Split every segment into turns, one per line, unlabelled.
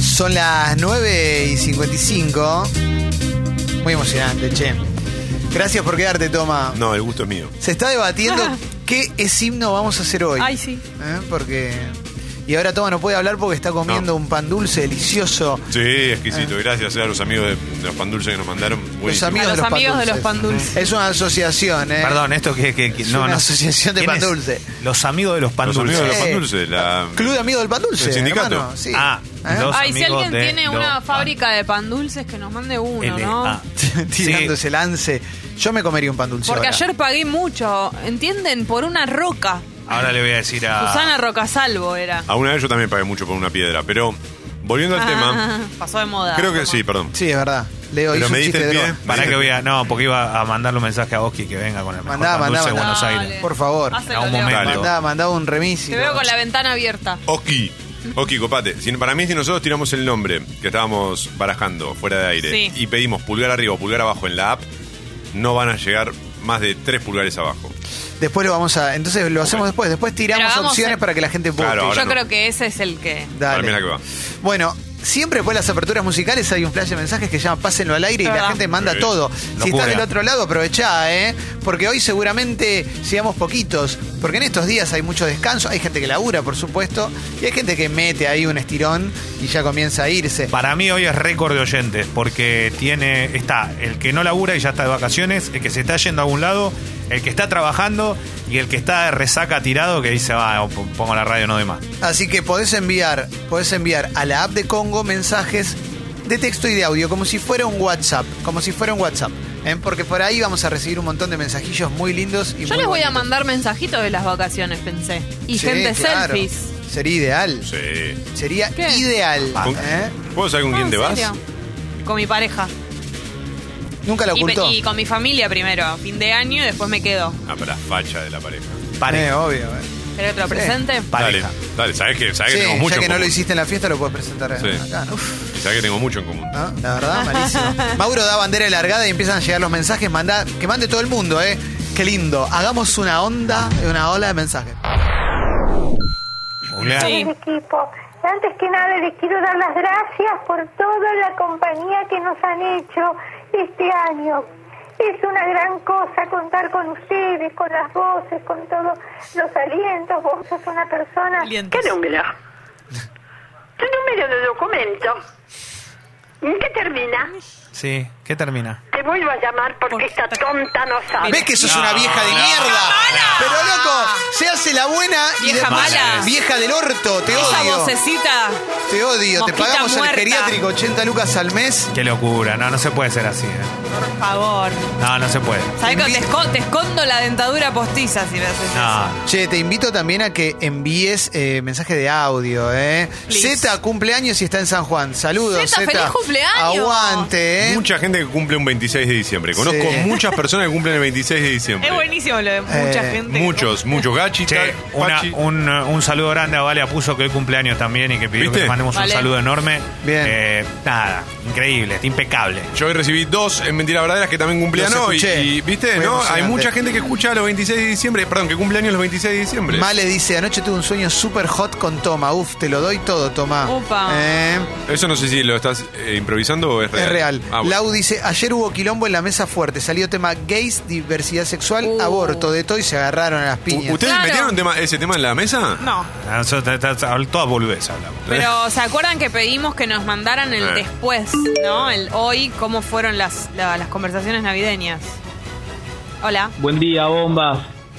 Son las 9 y 55. Muy emocionante, che. Gracias por quedarte, Toma.
No, el gusto es mío.
Se está debatiendo qué es himno vamos a hacer hoy.
Ah. Ay, sí.
¿Eh? Porque. Y ahora Toma no puede hablar porque está comiendo
No.
un pan dulce delicioso.
Sí, exquisito. Gracias eh, a los amigos de, de los pan dulces que nos mandaron. Buenísimo.
A los amigos de los pan
dulces. Mm.
dulces.
Es una asociación, ¿eh?
Perdón, esto que, que- que-
Es
no,
una
no.
asociación de
¿Quién
pan
es?
dulce.
Los amigos de los pan
Los amigos de los
dulces.
pan
Eh,
dulces. La...
Club de amigos del pan dulce.
El sindicato.
hermano, sí.
Ah,
¿Eh?
los
Ay, si
amigos
alguien
de
tiene
los
una
pan-
fábrica de pan dulces, que nos mande uno,
LA.
Ah,
¿no?
Tirando
Sí.
ese lance. Yo me comería un pan dulce.
Porque
ahora.
ayer pagué mucho, ¿entienden? Por una roca.
Ahora le voy a decir
Ah.
a.
Susana Rocasalvo era.
A una vez yo también pagué mucho por una piedra. Pero volviendo al Ah, tema,
Ah, pasó de moda.
creo que
Toma.
sí, perdón.
Sí, es verdad. Leo
Pero
hizo
me
un chiste
diste el
de
pie.
droga.
Para que voy a. No, porque iba a mandarle un mensaje a Oski que venga con el mejor
Mandá,
pan dulce de
mandá,
Buenos
mandá.
Aires.
Por favor.
Hacelo,
A un
Leo.
momento.
Dale.
Mandaba, mandaba un remis. y
Te veo
lo-
con la ventana abierta.
Oki. Oki, copate. Si- para mí, si nosotros tiramos el nombre que estábamos barajando fuera de aire
Sí.
y pedimos pulgar arriba o pulgar abajo en la app, no van a llegar más de tres pulgares abajo.
Después lo vamos a. Entonces lo hacemos después. Después tiramos
Pero hagamos
opciones
el-
para que la gente vote.
Claro, ahora
Yo
no.
creo que ese es el que.
Para
Dale.
mí es la que va.
Bueno, siempre después de las aperturas musicales hay un flash de mensajes que llaman pásenlo al aire y la
Verdad.
gente manda
Sí.
todo. Si
Locura.
estás del otro lado, aprovechá, ¿eh? Porque hoy seguramente sigamos poquitos. Porque en estos días hay mucho descanso. Hay gente que labura, por supuesto. Y hay gente que mete ahí un estirón y ya comienza a irse.
Para mí hoy es récord de oyentes, porque tiene. está el que no labura y ya está de vacaciones, el que se está yendo a algún lado, el que está trabajando y el que está de resaca tirado que dice, va, p- pongo la radio, no de más.
Así que podés enviar, podés enviar a la app de Congo mensajes de texto y de audio, como si fuera un WhatsApp, como si fuera un WhatsApp. ¿eh? Porque por ahí vamos a recibir un montón de mensajillos muy lindos y
Yo
muy
les voy a
bonitos.
mandar mensajitos de las vacaciones, pensé. Y
Sí,
gente
claro.
selfies.
Sería ideal.
Sí.
Sería
¿Qué?
ideal.
¿Con-
¿eh?
¿Puedo saber con
No,
quién
Ah, en
te vas?
serio. Con mi pareja.
Nunca lo
Y,
ocultó.
y con mi familia primero, a fin de año y después me quedo.
Ah, para la facha de la pareja.
Eh,
Pareja.
obvio. eh.
¿Querés que te lo
Sí.
presente?
pareja.
Dale, dale. ¿Sabés que, sabés
Sí,
que tengo mucho
ya que
en
no lo
común?
hiciste en la fiesta, lo puedes presentar eh,
Sí.
acá. ¿no? Uf,
Sabés que tengo mucho en común.
¿no? La verdad, malísimo. Mauro da bandera de largada y empiezan a llegar los mensajes. Manda, que mande todo el mundo, ¿eh? Qué lindo. Hagamos una onda, una ola de mensajes.
Julián.
Sí.
del equipo. Y Antes que nada les quiero dar las gracias por toda la compañía que nos han hecho este año. Es una gran cosa contar con ustedes, con las voces, con todos los alientos. Vos sos una persona
Alientos.
¿Qué número? Tu número de documento. ¿En qué termina?
Sí. ¿Qué termina?
Te vuelvo a llamar porque esta tonta no sabe.
¿Ves que sos una vieja de
No,
mierda? Pero loco, se hace la buena y
Vieja
después-
mala.
vieja del orto, te
Esa
odio.
vocecita.
Te odio, te
Mosquita
pagamos al
muerta.
geriátrico 80 lucas al mes.
Qué locura. No, no se puede ser así. ¿eh?
Por favor.
No, no se puede.
¿Sabés que te, esco- te escondo la dentadura postiza si me haces
No.
Che, te invito también a que envíes eh, mensaje de audio, ¿eh?
Please.
Z cumpleaños y está en San Juan. Saludos,
Zeta,
Zeta.
feliz cumpleaños.
Aguante, ¿eh?
Mucha gente que cumple un 26 de diciembre. Conozco
Sí.
muchas personas que cumplen el 26 de
eso.
diciembre.
Es buenísimo lo de mucha
Eh,
gente.
Muchos, muchos. Gachi,
Che,
tal,
una-
Pachi.
un, uh, un saludo grande a Vale Puso que hoy cumpleaños también y que pidió
¿Viste?
que le mandemos
Vale.
un saludo enorme.
Bien.
Eh, nada, increíble, impecable.
Yo hoy recibí dos en Mentiras Verdaderas que también cumplían
Los
hoy.
escuché.
Y, ¿viste?
Muy
¿no? Hay
emocionante.
mucha gente que escucha los 26 de diciembre. Perdón, que cumple años los 26 de diciembre.
Male dice, anoche tuve un sueño super hot con Toma. Uf, te lo doy todo, Toma.
Upa.
¿Eh?
Eso no sé si lo estás eh, improvisando o es real.
Es real.
Ah, bueno.
Lau dice, ayer hubo quilombo en la mesa fuerte. Salió tema gays, diversidad sexual,
Uh.
aborto, de todo y se agarraron a las piñas.
U- ¿Ustedes
Claro.
metieron tema- ese tema en la mesa?
No.
Nosotros ta- ta- toda boludez hablamos.
Pero ¿se acuerdan que pedimos que nos mandaran el
Eh.
después, ¿no? El hoy, cómo fueron las, la- las conversaciones navideñas. Hola.
Buen día, bombas.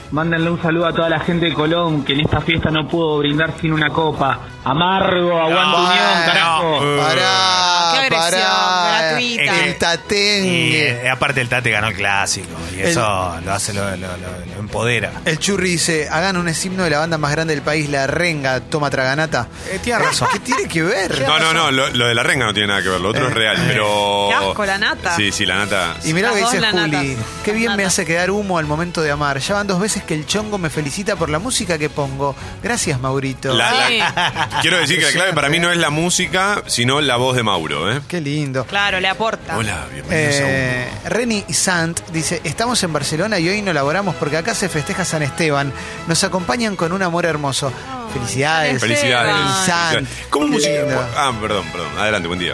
Mándenle un saludo a toda la gente de Colón que en esta fiesta no pudo brindar sin una copa. Amargo, aguante
No,
unión, carajo.
no.
Pará,
Qué agresión
pará.
gratuita.
El
Y
tatengue.
eh, aparte el Tate ganó el clásico y eso lo hace, lo, lo- lo- lo empodera.
El Churri dice, hagan un himno de la banda más grande del país, La Renga, Toma Traganata.
Eh, tiene razón.
¿Qué tiene que ver?
No, no, no, lo, lo de la renga no tiene nada que ver, lo otro es real, pero...
Qué asco, la nata.
Sí, sí, la nata.
Eh. Y mirá lo que
Las
dice
dos lanatas.
Juli. Qué bien me
Lanatas.
hace quedar humo al momento de amar. Ya van dos veces que el chongo me felicita por la música que pongo. Gracias, Maurito.
La-
Sí.
la- quiero decir que la clave para mí no es la música, sino la voz de Mauro. lindo, ¿eh?
Qué lindo.
Claro, le aporta.
Hola, bienvenidos a
Eh, Reni Sant dice, estamos en Barcelona y hoy no laboramos porque acá se festeja San Esteban. Nos acompañan con un amor hermoso. Felicidades.
Oh, San
un... Felicidades.
Esteban.
Sant.
¿Cómo
Qué lindo.
música? Ah, perdón, perdón. Adelante, buen día.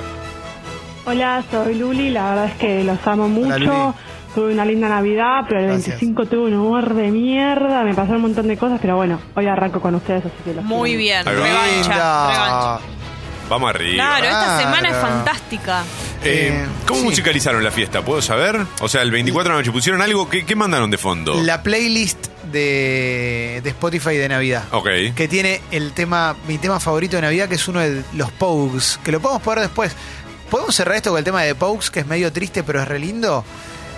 Hola, soy Luli, la verdad es que los amo
Hola,
mucho. Tuve una linda Navidad, pero el
Gracias.
25 tuve un humor de mierda, me pasó un montón de cosas, pero bueno, hoy arranco con ustedes, así que los
Muy
quiero.
bien.
Ahí va.
Revancha,
Linda.
revancha.
Vamos arriba.
Claro, esta
Claro.
semana es fantástica.
Eh,
Eh,
¿Cómo
sí.
musicalizaron la fiesta? ¿Puedo saber? O sea, el 24 de la noche pusieron algo. ¿Qué, qué mandaron de fondo?
La playlist de, de Spotify de Navidad.
Ok.
Que tiene el tema, mi tema favorito de Navidad, que es uno de los Pogues, que lo podemos poner después. ¿Podemos cerrar esto con el tema de Pogues, que es medio triste, pero es re lindo?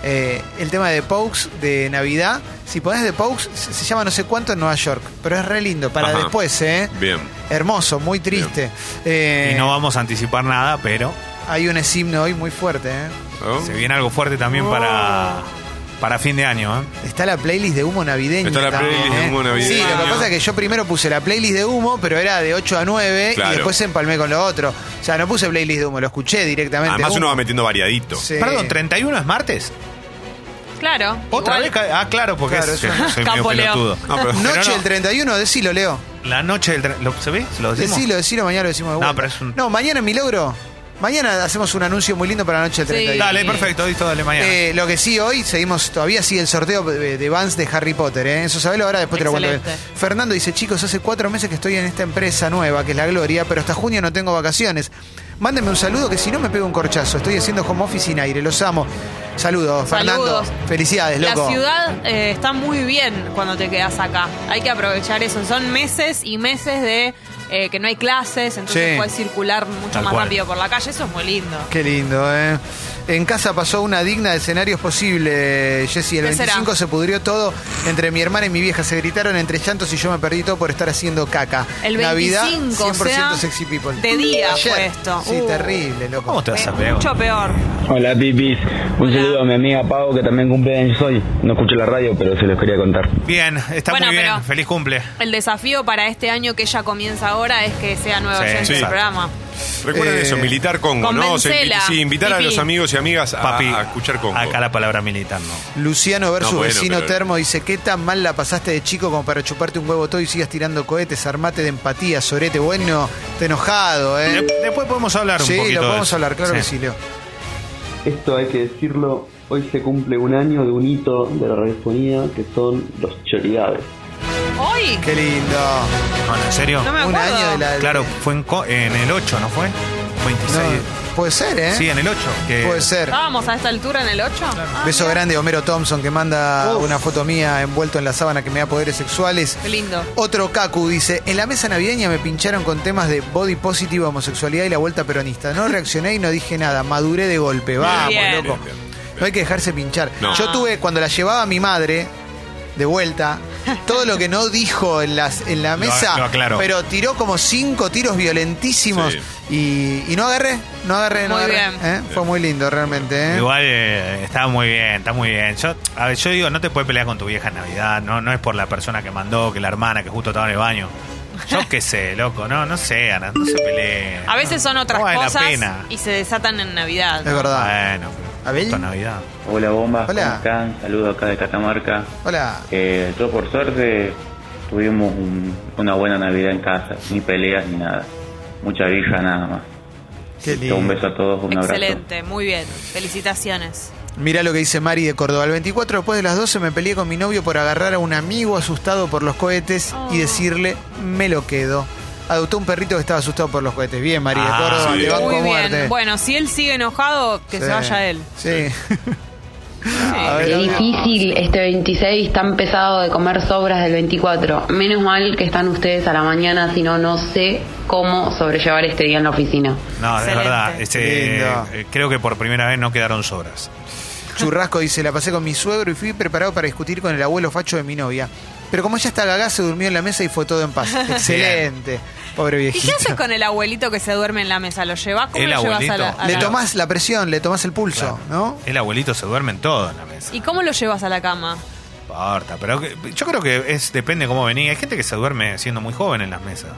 Eh, el tema de Pogues de Navidad. Si pones de Pogues, se se llama no sé cuánto en Nueva York, pero es re lindo, para
Ajá.
después, ¿eh?
Bien.
Hermoso, muy triste. Eh,
Y no vamos a anticipar nada, pero
Hay un himno hoy muy fuerte, ¿eh?
¿No?
se viene algo fuerte también para,
Oh.
para fin de año. ¿eh?
Está la playlist de humo navideño. ¿eh?
Está la playlist de humo navideño.
Sí, lo que pasa es que yo primero puse la playlist de humo, pero era de 8 a 9
Claro.
y después empalmé con lo otro. O sea, no puse playlist de humo, lo escuché directamente.
Además uno
Humo.
va metiendo variadito.
Sí.
Perdón, ¿31 es martes?
Claro.
¿Otra
igual.
vez? ca- Ah, claro, porque
Claro, Ah,
es-
eso
soy medio
Campo León.
pelotudo.
No, pero-
Pero
Noche
no,
del 31, decilo, Leo.
La noche del... tre- ¿Lo, ¿Se ve? ¿Se ¿Lo decimos?
Decilo, decilo, mañana lo decimos de
No,
vuelta.
pero es un-
No, mañana en mi logro. Mañana hacemos un anuncio muy lindo para la noche del
Sí.
31.
Dale, perfecto, listo, dale mañana.
Eh, lo que sí, hoy seguimos, todavía sigue el sorteo de, de Vans de Harry Potter, ¿eh? Eso sabelo ahora, después te lo cuento.
Excelente.
Fernando dice, chicos, hace cuatro meses que estoy en esta empresa nueva, que es La Gloria, pero hasta junio no tengo vacaciones. Mándenme un saludo que si no me pego un corchazo. Estoy haciendo home office sin aire, los amo. Saludos, Fernando.
Saludos.
Felicidades,
La
loco.
ciudad eh, está muy bien cuando te quedas acá. Hay que aprovechar eso. Son meses y meses de eh, que no hay clases, entonces
Sí.
puedes circular mucho
Tal
más
cual.
rápido por la calle. Eso es muy lindo.
Qué lindo, ¿eh? En casa pasó una digna de escenarios posible, Jessy. El
¿Qué será?
25 se pudrió todo. Entre mi hermana y mi vieja se gritaron entre llantos y yo me perdí todo por estar haciendo caca.
El
Navidad,
25, o
100%
sea,
sexy people.
de día
Ayer.
fue esto.
Sí,
Uh.
terrible, loco.
¿Cómo te vas a
Eh,
pegar?
mucho peor.
Hola pipis, un
Hola.
saludo a mi amiga Pau que también cumple años hoy. No escucho la radio, pero se los quería contar.
Bien, está
Bueno,
muy bien.
pero-
Feliz cumple.
El desafío para este año que ya comienza ahora es que sea nueva
Sí,
oyente del
exacto.
programa.
Recuerden
Eh,
eso, militar Congo, ¿no? O sea,
convencela,
sí, invitar a
pipí.
los amigos y amigas a,
Papi,
a escuchar Congo.
acá la palabra militar no.
Luciano versus
No, bueno,
vecino
pero-
termo dice, ¿qué tan mal la pasaste de chico como para chuparte un huevo todo y sigas tirando cohetes? Armate de empatía, sorete. Bueno, te enojado, ¿eh?
De- después podemos hablar un
sí,
poquito
lo
de
podemos
eso.
hablar, claro que sí, Leo.
Esto hay que decirlo, hoy se cumple un año de un hito de la radiofonía que son los choridades.
Hoy
Qué lindo.
No, no, ¿En serio?
no me
Un
acuerdo.
año de la...
Claro, fue en, co- en el 8, ¿no fue? 26.
No, puede ser, ¿eh?
Sí, en el 8. que-
Puede ser.
Estábamos a esta altura en el 8. Ah,
Beso
mirá.
grande a Homero Thompson que manda una foto mía envuelto en la sábana que me da poderes sexuales.
Qué lindo.
Otro Kaku dice, en la mesa navideña me pincharon con temas de body positive, homosexualidad y la vuelta peronista. No reaccioné y no dije nada, maduré de golpe, vamos,
Bien.
loco.
Bien, bien,
No hay que dejarse pinchar.
No.
Yo tuve, cuando la llevaba a mi madre, de vuelta, todo lo que no dijo en, las, en la
Lo-
mesa,
lo aclaró.
pero tiró como cinco tiros violentísimos y, y no agarré, no agarré, no
Muy
agarré.
bien.
¿eh? Fue muy lindo realmente. ¿eh?
Igual eh, está muy bien, está muy bien. Yo, a ver, yo digo, no te puedes pelear con tu vieja en Navidad, no, no es por la persona que mandó, que la hermana que justo estaba en el baño. Yo qué sé, loco, no, no sean, no se peleen.
A veces son
No
otras
vale la
cosas
pena.
y se desatan en Navidad.
Es verdad.
Bueno, pero
Abel.
eh, esto es Navidad.
Hola bombas,
Hola.
¿cómo están? Saludos acá de Catamarca.
Hola.
Eh, yo por suerte tuvimos un- una buena Navidad en casa, ni peleas ni nada. Mucha villa nada más.
Qué lindo.
Un beso a todos, un abrazo.
Excelente, muy bien. Felicitaciones.
Mirá lo que dice Mari de Córdoba. El 24 después de las 12 me peleé con mi novio por agarrar a un amigo asustado por los cohetes
Oh.
y decirle, me lo quedo. Adoptó un perrito que estaba asustado por los cohetes. Bien, Mari de
Ah,
Córdoba,
sí.
te banco
Muy
a
bien.
muerte.
Bueno, si él sigue enojado, que se
Sí.
vaya él.
Sí.
Sí.
A ver,
Qué difícil este 26 tan pesado de comer sobras del 24. Menos mal que están ustedes a la mañana, si no, no sé cómo sobrellevar este día en la oficina.
No, es
Excelente.
verdad. este,
Lindo.
eh, creo que por primera vez no quedaron sobras.
Churrasco dice, la pasé con mi suegro y fui preparado para discutir con el abuelo facho de mi novia. Pero como ya está gagá, se durmió en la mesa y fue todo en paz. Excelente. Pobre
¿Y
viejito.
qué haces con el abuelito que se duerme en la mesa? ¿Lo llevas? ¿Cómo
¿El
lo llevas a la,
abuelito?
a
Le
la-
tomás la presión, le tomás el pulso, ¿no?
El abuelito se duerme en todo en la mesa.
¿Y cómo lo llevas a la cama?
No importa, pero que- yo creo que es depende cómo venía. Hay gente que se duerme siendo muy joven en las mesas.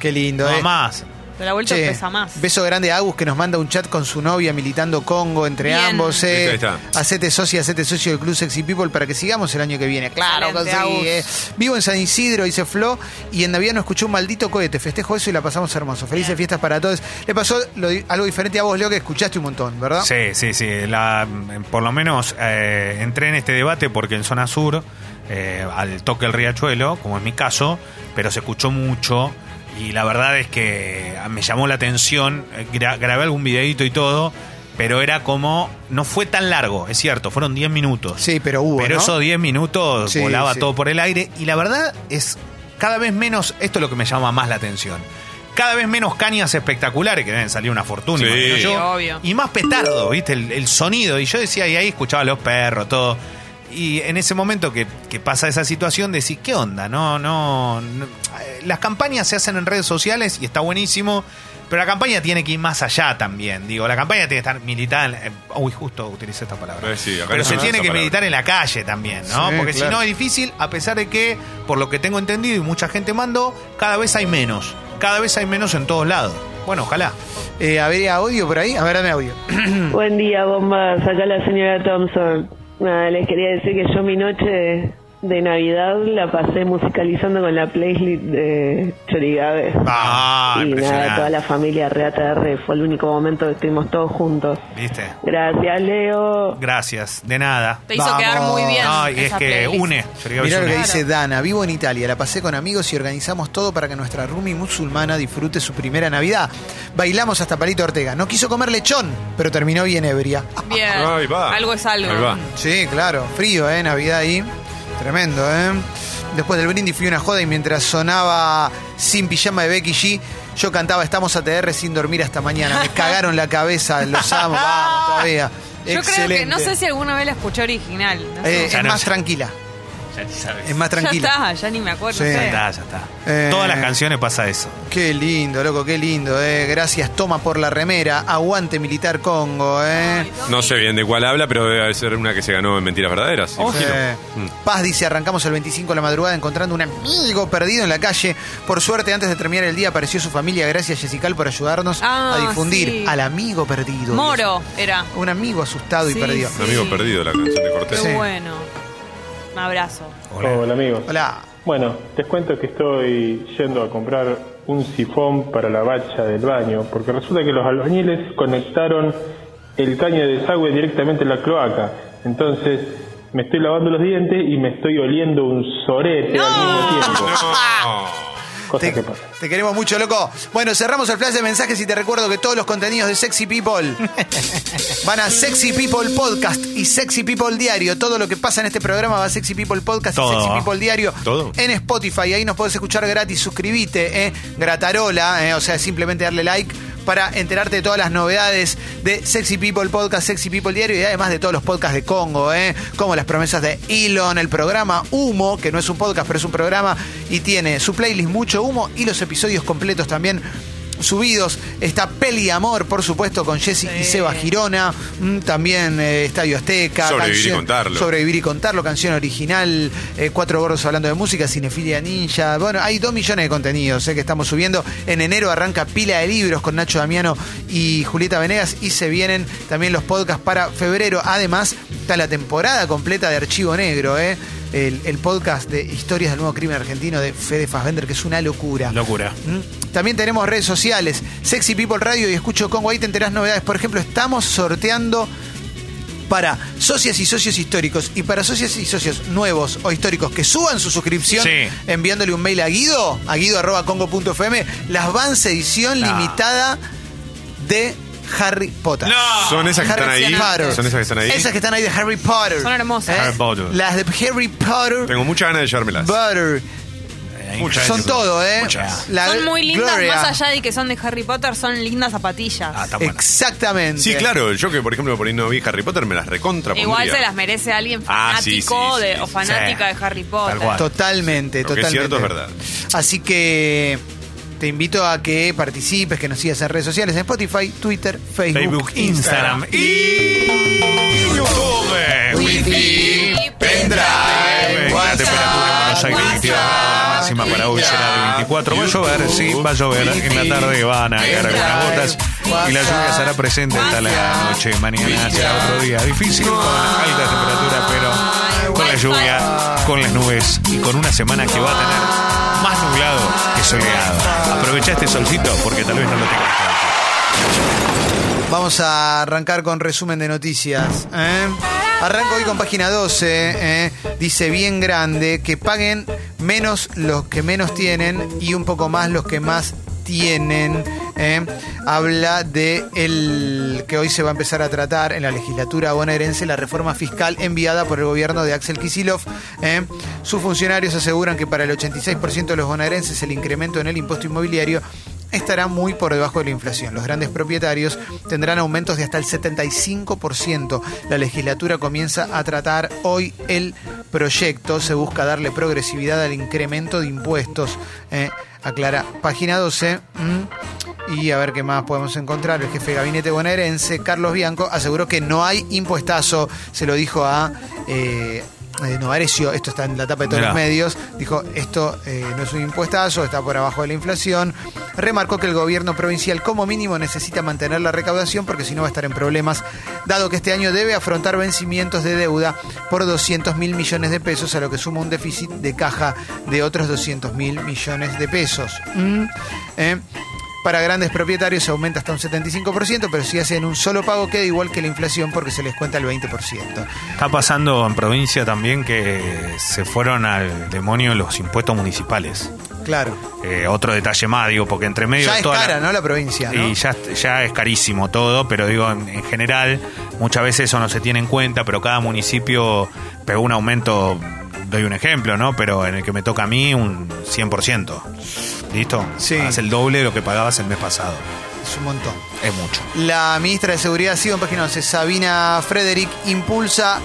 Qué lindo, ¿eh?
Mamás.
De la vuelta
Che,
pesa más.
Beso grande a Agus que nos manda un chat con su novia militando Congo entre
Bien.
ambos. eh.
Ahí está.
Hacete socio, hacete socio del Club Sexy People para que sigamos el año que viene. Claro, que
Excelente,
sí,
Agus.
eh. Vivo en San Isidro, dice Flo, y en Navidad no escuchó un maldito cohete. Festejo eso y la pasamos hermoso. Felices fiestas para todos. Le pasó lo di- algo diferente a vos, Leo, que escuchaste un montón, ¿verdad?
Sí, sí, sí. La- por lo menos eh, entré en este debate porque en zona sur, eh, al toque el riachuelo, como es mi caso, pero se escuchó mucho y la verdad es que ah, me llamó la atención. Eh, gra- grabé algún videito y todo, pero era como. No fue tan largo, es cierto, fueron 10 minutos.
Sí, pero hubo.
Pero
¿no?
esos 10 minutos
Sí,
volaba
sí.
todo por el aire y la verdad es cada vez menos, esto es lo que me llama más la atención, cada vez menos cañas espectaculares que deben salir una fortuna,
Sí.
imagino yo,
Sí, obvio.
y más petardo, ¿viste? El, el sonido. Y yo decía, y ahí escuchaba a los perros, todo. Y en ese momento que, que pasa esa situación, decís, ¿qué onda? No, no, no. Las campañas se hacen en redes sociales y está buenísimo, pero la campaña tiene que ir más allá también. Digo, la campaña tiene que estar militar. en- eh, Uy, justo utilicé esta palabra.
Eh, sí, acá
pero
no
se
se
tiene
usa
que
palabra.
militar en la calle también, ¿no?
Sí,
Porque si
claro.
no es difícil, a pesar de que, por lo que tengo entendido y mucha gente mandó, cada vez hay menos. Cada vez hay menos en todos lados. Bueno, ojalá.
Eh, a ver, audio por ahí. A ver, dame audio.
Mm. Buen día, bombas. Acá la señora Thompson. Nada, les quería decir que yo mi noche de Navidad la pasé musicalizando con la playlist de Chorigabe.
Ah,
y nada,
impresionante.
toda la familia re ATR. Fue el único momento que estuvimos todos juntos.
¿Viste?
Gracias, Leo.
Gracias, de nada.
Te hizo quedar muy bien.
No, y es
esa
que
playlist.
une. Frigabe
Mirá
es
lo que
una.
dice Dana, vivo en Italia, la pasé con amigos y organizamos todo para que nuestra roomie musulmana disfrute su primera Navidad. Bailamos hasta Palito Ortega. No quiso comer lechón, pero terminó bien ebria.
Bien.
Ahí va.
Algo es algo.
Ahí va.
Sí, claro, frío, ¿eh? Navidad ahí. Tremendo, ¿eh? Después del brindis fui una joda y mientras sonaba Sin Pijama de Becky G, yo cantaba Estamos ATR sin dormir hasta mañana. Me cagaron la cabeza, los amo, vamos todavía.
Yo creo que, no sé
Excelente.
si alguna vez la escuché original. no sé.
Eh,
Ya
es
no
más
sé.
tranquila, es más tranquila.
Ya está, ya ni me acuerdo.
Sí.
no sé.
Ya está, ya está.
Eh.
Todas las canciones pasa eso.
Qué lindo, loco, qué lindo, eh. Gracias, toma por la remera. Aguante militar Congo, eh.
No sé bien de cuál habla, pero debe ser una que se ganó en Mentiras Verdaderas. imagino.
Eh,
Mm.
Paz dice, arrancamos el 25 de la madrugada encontrando un amigo perdido en la calle. Por suerte, antes de terminar el día apareció su familia. Gracias, Jessical, por ayudarnos
Ah,
a difundir
sí.
al amigo perdido.
Moro era.
Un amigo asustado
Sí,
y perdido.
Un amigo
Sí.
perdido, la canción de
Qué
Cortés.
bueno. Un abrazo.
Hola amigos.
Hola.
Bueno, les cuento que estoy yendo a comprar un sifón para la bacha del baño, porque resulta que los albañiles conectaron el caño de desagüe directamente a la cloaca. Entonces, me estoy lavando los dientes y me estoy oliendo un sorete al mismo tiempo. Cosa que pasa.
Te queremos mucho, loco. Bueno, cerramos el flash de mensajes y te recuerdo que todos los contenidos de Sexy People van a Sexy People Podcast y Sexy People Diario. Todo lo que pasa en este programa va a Sexy People Podcast
Todo.
y Sexy People Diario
Todo.
en Spotify. Ahí nos podés escuchar gratis. Suscribite, eh. gratarola, eh. o sea, simplemente darle like para enterarte de todas las novedades de Sexy People Podcast, Sexy People Diario y además de todos los podcasts de Congo, eh, como las promesas de Elon, el programa Humo, que no es un podcast, pero es un programa y tiene su playlist Mucho Humo y los episodios completos también subidos. Está Peli Amor, por supuesto, con Jessy y Seba Girona, Mm, también eh, Estadio Azteca,
Sobrevivir y contarlo.
sobre Sobrevivir y Contarlo, canción original, eh, Cuatro Gordos hablando de música, Cinefilia Ninja. Bueno, hay dos millones de contenidos eh, que estamos subiendo. En enero arranca Pila de Libros con Nacho Damiano y Julieta Venegas y se vienen también los podcasts para febrero. Además, está la temporada completa de Archivo Negro, eh, el, el podcast de Historias del Nuevo Crimen Argentino de Fede Fassbender, que es una locura.
Locura.
¿Mm? También tenemos redes sociales, Sexy People Radio y Escucho Congo, ahí te enterás novedades. Por ejemplo, estamos sorteando para socias y socios históricos y para socias y socios nuevos o históricos que suban su suscripción
Sí.
enviándole un mail a Guido, a guido.congo.fm, las Vans edición
No.
limitada de Harry Potter.
No.
Son esas que
Harry
están ahí.
Potter.
Son esas que están ahí.
Esas que están ahí de Harry Potter. ¿Eh?
Son hermosas.
Harry Potter.
Las de Harry Potter.
Tengo muchas ganas de llevármelas.
Butter.
Muchas
Son
gracias.
todo, ¿eh?
Muchas.
La
son muy lindas,
Gloria.
más allá de que son de Harry Potter, son lindas zapatillas.
Ah, está bueno.
Exactamente.
Sí, claro. Yo que, por ejemplo, por ahí no vi Harry Potter, me las recontra
Igual
pondría.
se las merece alguien
Ah, sí, sí,
fanático
sí,
de, o
sí.
fanática
Sí.
de Harry Potter.
Tal cual.
Totalmente,
Lo que
totalmente.
es cierto es verdad.
Así que te invito a que participes, que nos sigas en redes sociales, en Spotify, Twitter, Facebook,
Facebook, Instagram y YouTube.
Wifi,
La temperatura en Buenos Aires 22 de la máxima para hoy será de 24. Va a llover, sí, va a llover. En la tarde van a caer algunas gotas y la lluvia será presente hasta la noche. Mañana será otro día difícil con alta temperatura, pero con la lluvia, con las nubes y con una semana que va a tener más nublado que soleado. Aprovecha este solcito porque tal vez no lo tengas.
Vamos a arrancar con resumen de noticias. ¿eh? Arranco hoy con página 12. ¿eh? Dice bien grande que paguen menos los que menos tienen y un poco más los que más tienen. ¿eh? Habla de el que hoy se va a empezar a tratar en la legislatura bonaerense la reforma fiscal enviada por el gobierno de Axel Kicillof. ¿eh? Sus funcionarios aseguran que para el 86% de los bonaerenses el incremento en el impuesto inmobiliario estará muy por debajo de la inflación. Los grandes propietarios tendrán aumentos de hasta el 75%. La legislatura comienza a tratar hoy el proyecto. Se busca darle progresividad al incremento de impuestos. Eh, aclara, página 12. mm, Y a ver qué más podemos encontrar. El jefe de gabinete bonaerense, Carlos Bianco, aseguró que no hay impuestazo. Se lo dijo a... eh, eh, Novarecio, esto está en la tapa de todos
Mirá.
los medios, dijo, esto eh, no es un impuestazo, está por abajo de la inflación. Remarcó que el gobierno provincial como mínimo necesita mantener la recaudación porque si no va a estar en problemas, dado que este año debe afrontar vencimientos de deuda por 200 mil millones de pesos, a lo que suma un déficit de caja de otros 200 mil millones de pesos. Mm, eh. Para grandes propietarios se aumenta hasta un 75%, pero si hacen un solo pago queda igual que la inflación porque se les cuenta el 20%.
Está pasando en provincia también que se fueron al demonio los impuestos municipales.
Claro.
Eh, otro detalle más, digo, porque entre medio
Ya
de
es
toda la-
cara, ¿no? La provincia. ¿no?
Y ya, ya es carísimo todo, pero digo, en, en general, muchas veces eso no se tiene en cuenta, pero cada municipio pegó un aumento, doy un ejemplo, ¿no? Pero en el que me toca a mí, un 100%. ¿Listo? Sí. Hace el doble de lo que pagabas el mes pasado.
Es un montón.
Es mucho.
La ministra de Seguridad ha sido en página 11, Sabina Frederick, impulsa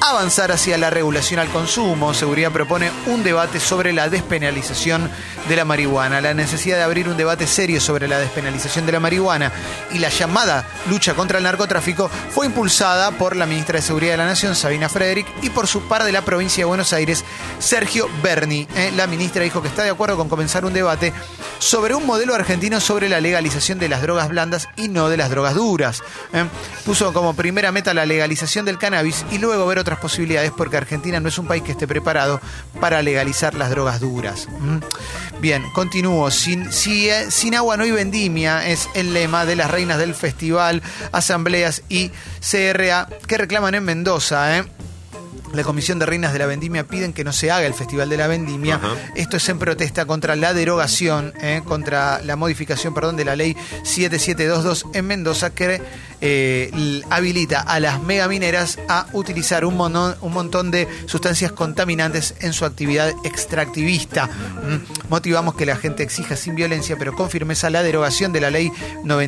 avanzar hacia la regulación al consumo. Seguridad propone un debate sobre la despenalización de la marihuana. La necesidad de abrir un debate serio sobre la despenalización de la marihuana y la llamada lucha contra el narcotráfico fue impulsada por la ministra de Seguridad de la Nación, Sabina Frederick, y por su par de la provincia de Buenos Aires, Sergio Berni. Eh, la ministra dijo que está de acuerdo con comenzar un debate sobre un modelo argentino sobre la legalización de las drogas blandas y no de las drogas duras. Eh, puso como primera meta la legalización del cannabis y luego ver otras posibilidades porque Argentina no es un país que esté preparado para legalizar las drogas duras. Mm. Bien, continúo. Sin, si, eh, sin agua no hay vendimia es el lema de las reinas del festival, asambleas y CRA que reclaman en Mendoza. eh. La Comisión de Reinas de la Vendimia piden que no se haga el Festival de la Vendimia. Esto es en protesta contra la derogación, eh, contra la modificación, perdón, de la ley 7722 en Mendoza que eh, l- habilita a las megamineras a utilizar un, mono- un montón de sustancias contaminantes en su actividad extractivista. Mm. Motivamos que la gente exija sin violencia, pero con firmeza, la derogación de la ley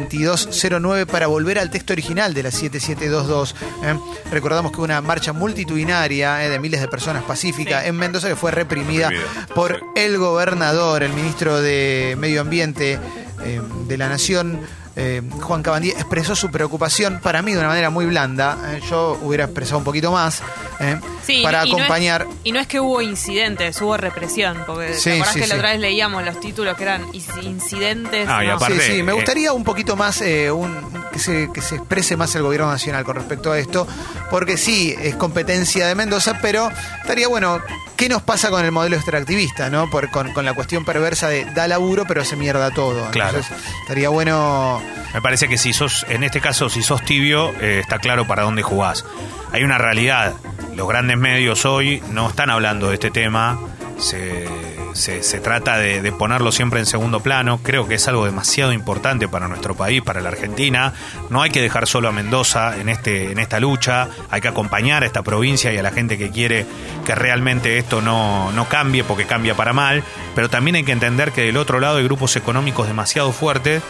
9209 para volver al texto original de la 7722. eh. Recordamos que hubo una marcha multitudinaria eh, de miles de personas pacífica en Mendoza que fue reprimida por el gobernador, el ministro de Medio Ambiente eh, de la Nación. eh, Juan Cabandí expresó su preocupación para mí de una manera muy blanda. eh, yo hubiera expresado un poquito más eh,
Sí,
para
y no es-
acompañar.
y no es que hubo incidentes, hubo represión. Porque
Sí,
¿te acordás
sí,
que
sí.
la otra vez leíamos los títulos que eran is- incidentes?
Ah, y
No.
aparte-
sí, sí, me
eh,
gustaría un poquito más eh, un, que, se, que se exprese más el gobierno nacional con respecto a esto, porque sí, es competencia de Mendoza, pero estaría bueno, ¿qué nos pasa con el modelo extractivista, no? Por- con, con la cuestión perversa de da laburo, pero se mierda todo.
Claro.
Entonces, estaría bueno.
Me parece que si sos, en este caso, si sos tibio, eh, está claro para dónde jugás. Hay una realidad. Los grandes medios hoy no están hablando de este tema. Se, se- se trata de, de ponerlo siempre en segundo plano. Creo que es algo demasiado importante para nuestro país, para la Argentina. No hay que dejar solo a Mendoza en, este, en esta lucha. Hay que acompañar a esta provincia y a la gente que quiere que realmente esto no, no cambie, porque cambia para mal. Pero también hay que entender que del otro lado hay grupos económicos demasiado fuertes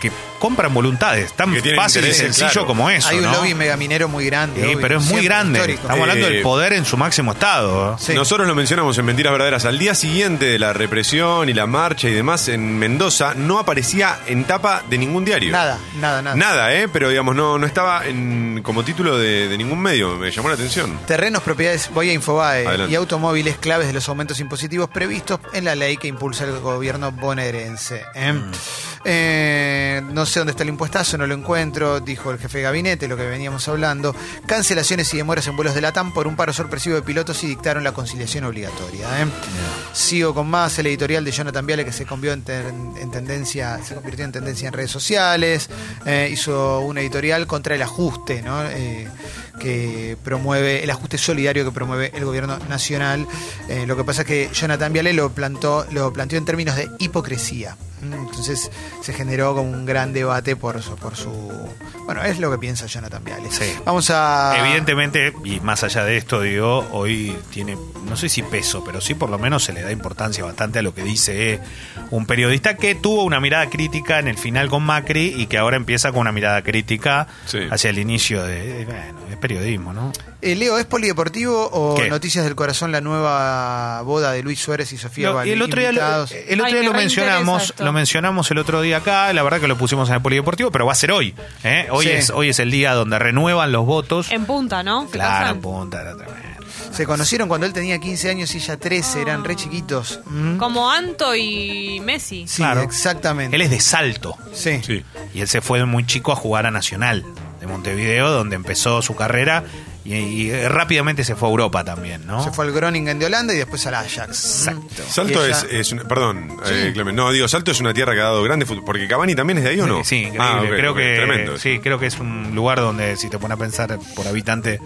que compran voluntades. Tan
Que tienen
fácil y
intereses,
sencillo
claro.
como eso.
Hay un
¿no?
lobby megaminero muy grande.
Sí,
obvio,
pero es muy
siempre
grande.
histórico.
Estamos hablando
Eh,
del poder en su máximo estado.
Nosotros lo mencionamos en Mentiras Verdaderas. Al día siguiente de la represión y la marcha y demás en Mendoza, no aparecía en tapa de ningún diario.
Nada, nada, nada.
Nada, ¿eh? Pero digamos, no, no estaba en, como título de, de ningún medio. Me llamó la atención.
Terrenos, propiedades, voy a Infobae
Adelante.
y automóviles claves de los aumentos impositivos previstos en la ley que impulsa el gobierno bonaerense. ¿eh? Eh, no sé dónde está el impuestazo, no lo encuentro, dijo el jefe de gabinete, lo que veníamos hablando. Cancelaciones y demoras en vuelos de la TAM por un paro sorpresivo de pilotos y dictaron la conciliación obligatoria. ¿eh? Sigo con más el editorial de Jonathan Viale que se convirtió en, ten- en tendencia, se convirtió en tendencia en redes sociales. eh, hizo un editorial contra el ajuste, ¿no? Eh, que promueve, el ajuste solidario que promueve el gobierno nacional. Eh, lo que pasa es que Jonathan Viale lo plantó, lo planteó en términos de hipocresía. Mm, Entonces se generó como un gran debate por su, por su bueno, es lo que piensa Jonathan Viale.
Sí.
Vamos a
Evidentemente, y más allá de esto, digo, hoy tiene, no sé si peso, pero sí por lo menos se le da importancia bastante a lo que dice un periodista que tuvo una mirada crítica en el final con Macri y que ahora empieza con una mirada crítica hacia el inicio de, bueno, es periodismo, ¿no?
Eh, Leo, ¿es polideportivo o
¿Qué?
Noticias del Corazón la nueva boda de Luis Suárez y Sofía
Lo-
Valli?
el otro día, lo, eh,
Invitados.
el otro día lo mencionamos, lo mencionamos el otro día acá, la verdad que lo pusimos en el polideportivo, pero va a ser hoy. ¿eh? Hoy,
Sí.
es, hoy es el día donde renuevan los votos.
En punta, ¿no? Eh, ¿Qué
Claro,
pasan?
punta, la otra vez.
Se conocieron cuando él tenía 15 años y ella 13, eran re chiquitos. Mm.
Como Anto y Messi.
Sí, exactamente.
Él es de Salto.
Sí.
Y él se fue de muy chico a jugar a Nacional de Montevideo, donde empezó su carrera y, y eh, rápidamente se fue a Europa también, ¿no?
Se fue al Groningen de Holanda y después al Ajax. ¿Mm? Exacto.
Salto es, es una- perdón, eh, Clemen. No, digo, Salto es una tierra que ha dado grande fútbol. Porque Cavani también es de ahí o no?
Sí, increíble.
Ah, ok,
creo
ok,
que
Tremendo.
sí, creo que es un lugar donde si te pones a pensar por habitante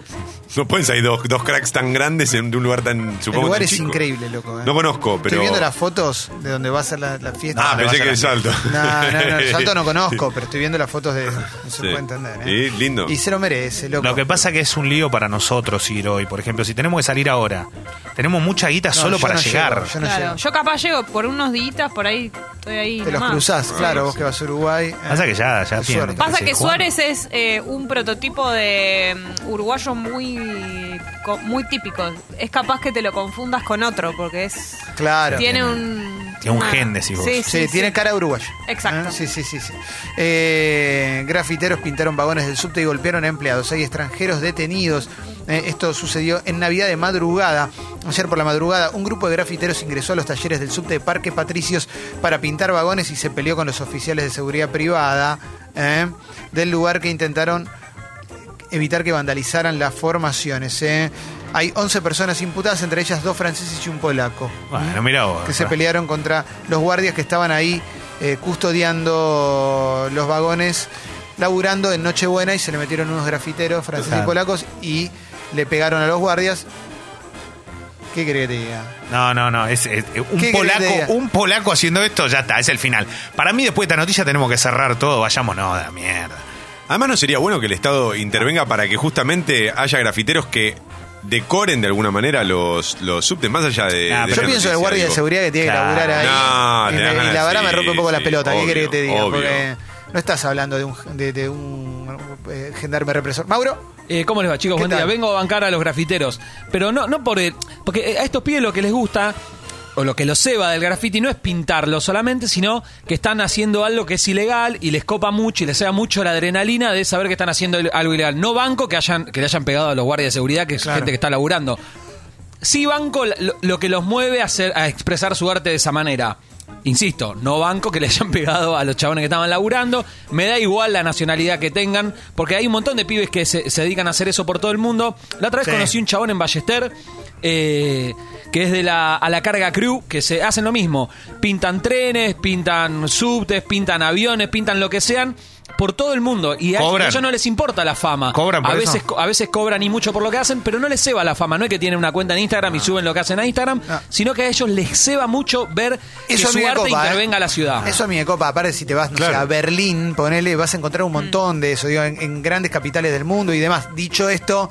No pueden salir dos, dos cracks tan grandes en de un lugar tan,
El
supongo,
lugar
tan
es
chico.
increíble, loco. ¿eh?
No conozco, pero...
Estoy viendo las fotos de donde va a ser la, la fiesta.
Ah, pensé que el Salto.
No, no, no, el Salto no conozco, pero estoy viendo las fotos de. No se puede entender, ¿eh?
Sí, lindo.
Y se lo merece, loco.
Lo que pasa que es un lío para nosotros ir hoy. Por ejemplo, si tenemos que salir ahora, tenemos mucha guita
No,
solo
yo
para
no
llegar.
llego, yo no
Claro, yo capaz llego por unos días, por ahí estoy ahí.
Te los
nomás.
cruzás, claro,
Ah, sí.
vos que vas a Uruguay. eh.
Pasa que ya, ya tiene.
Pasa
sí,
que
Juan.
Suárez es eh, un prototipo de mm, uruguayo muy, co- muy típico. Es capaz que te lo confundas con otro, porque es
Claro.
tiene un...
Tiene un
una-
gen, decís vos.
Sí,
Sí,
sí,
tiene
sí.
cara uruguaya.
Exacto.
Ah, Sí, sí, sí. sí. Eh, grafiteros pintaron vagones del subte y golpearon a empleados. Hay extranjeros detenidos. Eh, esto sucedió en Navidad de madrugada. Ayer por la madrugada, un grupo de grafiteros ingresó a los talleres del subte de Parque Patricios para pintar vagones y se peleó con los oficiales de seguridad privada eh, del lugar que intentaron evitar que vandalizaran las formaciones. eh. Hay 11 personas imputadas, entre ellas dos franceses y un polaco
Bueno, mira vos.
que se pelearon contra los guardias que estaban ahí eh, custodiando los vagones, laburando en Nochebuena y se le metieron unos grafiteros franceses
Claro.
y polacos y le pegaron a los guardias. ¿Qué querés que te diga?
No, no, no. Es, es-
¿Qué
un,
querés que te diga?
polaco, un polaco haciendo esto, ya está, es el final. Para mí, después de esta noticia, tenemos que cerrar todo. Vayamos, no, da mierda.
Además, ¿no sería bueno que el Estado intervenga para que justamente haya grafiteros que decoren de alguna manera los, los subtes, más allá de...
Ah,
de
Yo
la
pienso del
noticia,
guardia de
digo?
seguridad que tiene que laburar ahí.
No,
y,
te
me-
dan
y
ganas,
la verdad me
sí,
rompe un poco la
sí,
pelota. ¿Qué
obvio,
querés que te diga?
obvio.
Porque no estás hablando de un, de, de un eh, gendarme represor. Mauro.
Eh, ¿Cómo les va, chicos?
¿Qué
Buen día.
tal?
Vengo a bancar a los grafiteros. Pero no, no por. el- Porque a estos pibes lo que les gusta, o lo que los ceba del graffiti, no es pintarlo solamente, sino que están haciendo algo que es ilegal y les copa mucho y les ceba mucho la adrenalina de saber que están haciendo algo ilegal. No banco que, hayan, que le hayan pegado a los guardias de seguridad, que es gente que está laburando. Sí banco lo, lo que los mueve a, hacer, a expresar su arte de esa manera. Insisto, no banco que le hayan pegado a los chabones que estaban laburando. Me da igual la nacionalidad que tengan, porque hay un montón de pibes que se, se dedican a hacer eso por todo el mundo. La otra vez
Sí.
conocí un chabón en Ballester, eh, que es de la, a la carga crew, que se hacen lo mismo. Pintan trenes, pintan subtes, pintan aviones, pintan lo que sean. Por todo el mundo. Y a
Cobran.
ellos no les importa la fama.
Cobran por
a
eso.
veces co- a veces cobran y mucho por lo que hacen, pero no les ceba la fama. No es que tienen una cuenta en Instagram
Ah.
y suben lo que hacen a Instagram, sino que a ellos les ceba mucho ver
Eso a
que
mí
su
me
arte
copa, ¿eh?
intervenga a la ciudad.
Eso a mí me copa, aparte si te vas no sé, a Berlín, ponele, vas a encontrar
Mm.
un montón de eso, digo, en, en grandes capitales del mundo y demás. Dicho esto,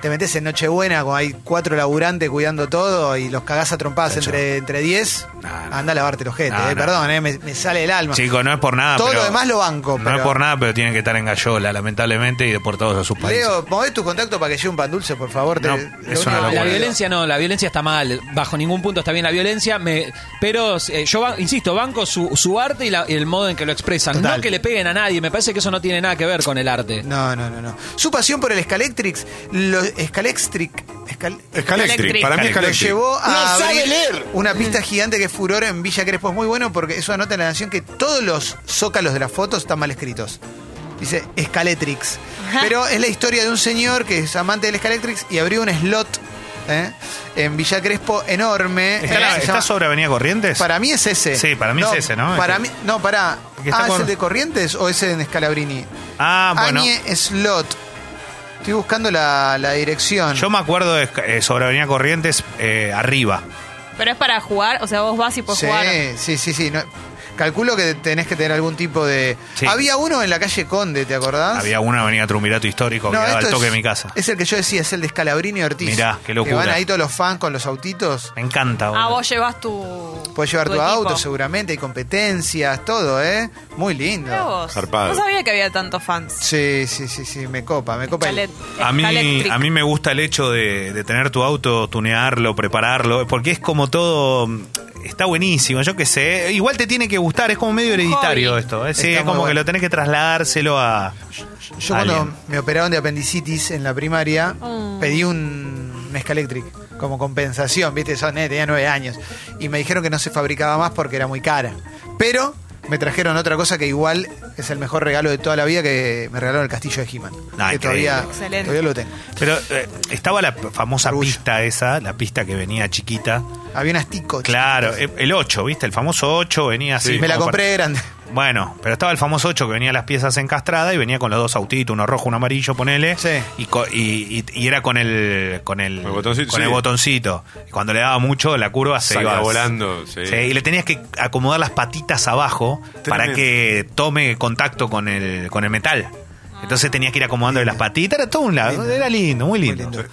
te metes en Nochebuena, cuando hay cuatro laburantes cuidando todo y los cagás a trompadas entre, entre diez. Anda a lavarte los jetes,
No,
eh,
no.
perdón, eh, me, me sale el alma.
Chico, no es por nada.
Todo
pero-
lo demás lo banco.
No
pero-
es por nada, pero tienen que estar en gallola, lamentablemente, y deportados a sus países.
Leo, mover tu contacto para que lleve un pan dulce, por favor. te-
No,
lo
es
único-
una locura.
La violencia no, la violencia está mal, bajo ningún punto está bien la violencia, me- pero eh, yo ba- insisto, banco su, su arte y, la- y el modo en que lo expresan, no que le peguen a nadie, me parece que eso no tiene nada que ver con el arte.
No, no, no, no. Su pasión por el Scalectrix, lo, Scalectric, Scal-
Scalectric, para mí es Scalectric.
Lo llevó a
No sabe
abrir
leer.
una pista gigante que es furor en Villa Crespo. Es muy bueno porque eso anota en la nación que todos los zócalos de las fotos están mal escritos. Dice Scaletrix. Pero es la historia de un señor que es amante del Scalectrix y abrió un slot ¿eh? en Villa Crespo enorme.
¿Está,
Eh,
la-
se
está
llama-
sobre Avenida Corrientes?
Para mí es ese.
Sí, para mí es ese, ¿no?
Para
Ese.
mí, no, para.
que está
ah, ¿es
con-
el de Corrientes o ese en Scalabrini?
Ah, bueno.
Añe Slot. Estoy buscando la, la dirección.
Yo me acuerdo de eh, sobre Avenida Corrientes eh, arriba.
Pero es para jugar, o sea, vos vas y podés
sí,
jugar. Ah,
sí, sí, sí. no- calculo que tenés que tener algún tipo de.
Sí.
Había uno en la calle Conde, ¿te acordás?
Había una Avenida Trumirato histórico
¿Ah? No,
que daba
esto
el toque
es-
de mi casa.
Es el que yo decía, es el de Scalabrini y Ortiz.
Mirá, qué locura.
Que van ahí todos los fans con los autitos.
Me encanta.
Ah,
boludo.
vos llevas tu.
Puedes llevar tu,
equipo.
auto, seguramente, hay competencias, todo, ¿eh? Muy lindo.
Mirá vos. No sabía que había tantos fans.
Sí, sí, sí, sí, me copa, me copa. el-
Chalet-
A mí,
Electric.
a mí me gusta el hecho de, de tener tu auto, tunearlo, prepararlo, porque es como todo. mm, Está buenísimo, yo qué sé. Igual te tiene que gustar, es como medio hereditario
hobby.
esto. eh, sí,
Está muy
es como que
bueno.
lo tenés que trasladárselo a.
Yo
a
cuando
alguien.
me operaron de apendicitis en la primaria, pedí un Nesca Electric como compensación, viste, son, eh, tenía nueve años. Y me dijeron que no se fabricaba más porque era muy cara. Pero me trajeron otra cosa que igual es el mejor regalo de toda la vida que me regalaron el castillo de He-Man.
Ah,
que todavía,
increíble.
Excelente.
todavía lo tengo.
Pero eh, estaba la p- famosa pista esa, la pista que venía chiquita.
Había unas ticos.
Claro, eh, el 8, ¿viste? El famoso 8 venía así.
me la
como
compré
para-
grande.
Bueno, pero estaba el famoso 8 que venía las piezas encastradas y venía con los dos autitos, uno rojo, uno amarillo, ponele. Y, co- y, y- y era con el con el,
botoncito,
con el
sí.
botoncito. Y Cuando le daba mucho, la curva se
Salía
iba
volando, sí.
y le tenías que acomodar las patitas abajo para
Tremendo.
que tome contacto con el, con el metal. Entonces tenías que ir acomodándole las patitas, era todo un lado, era lindo, muy lindo.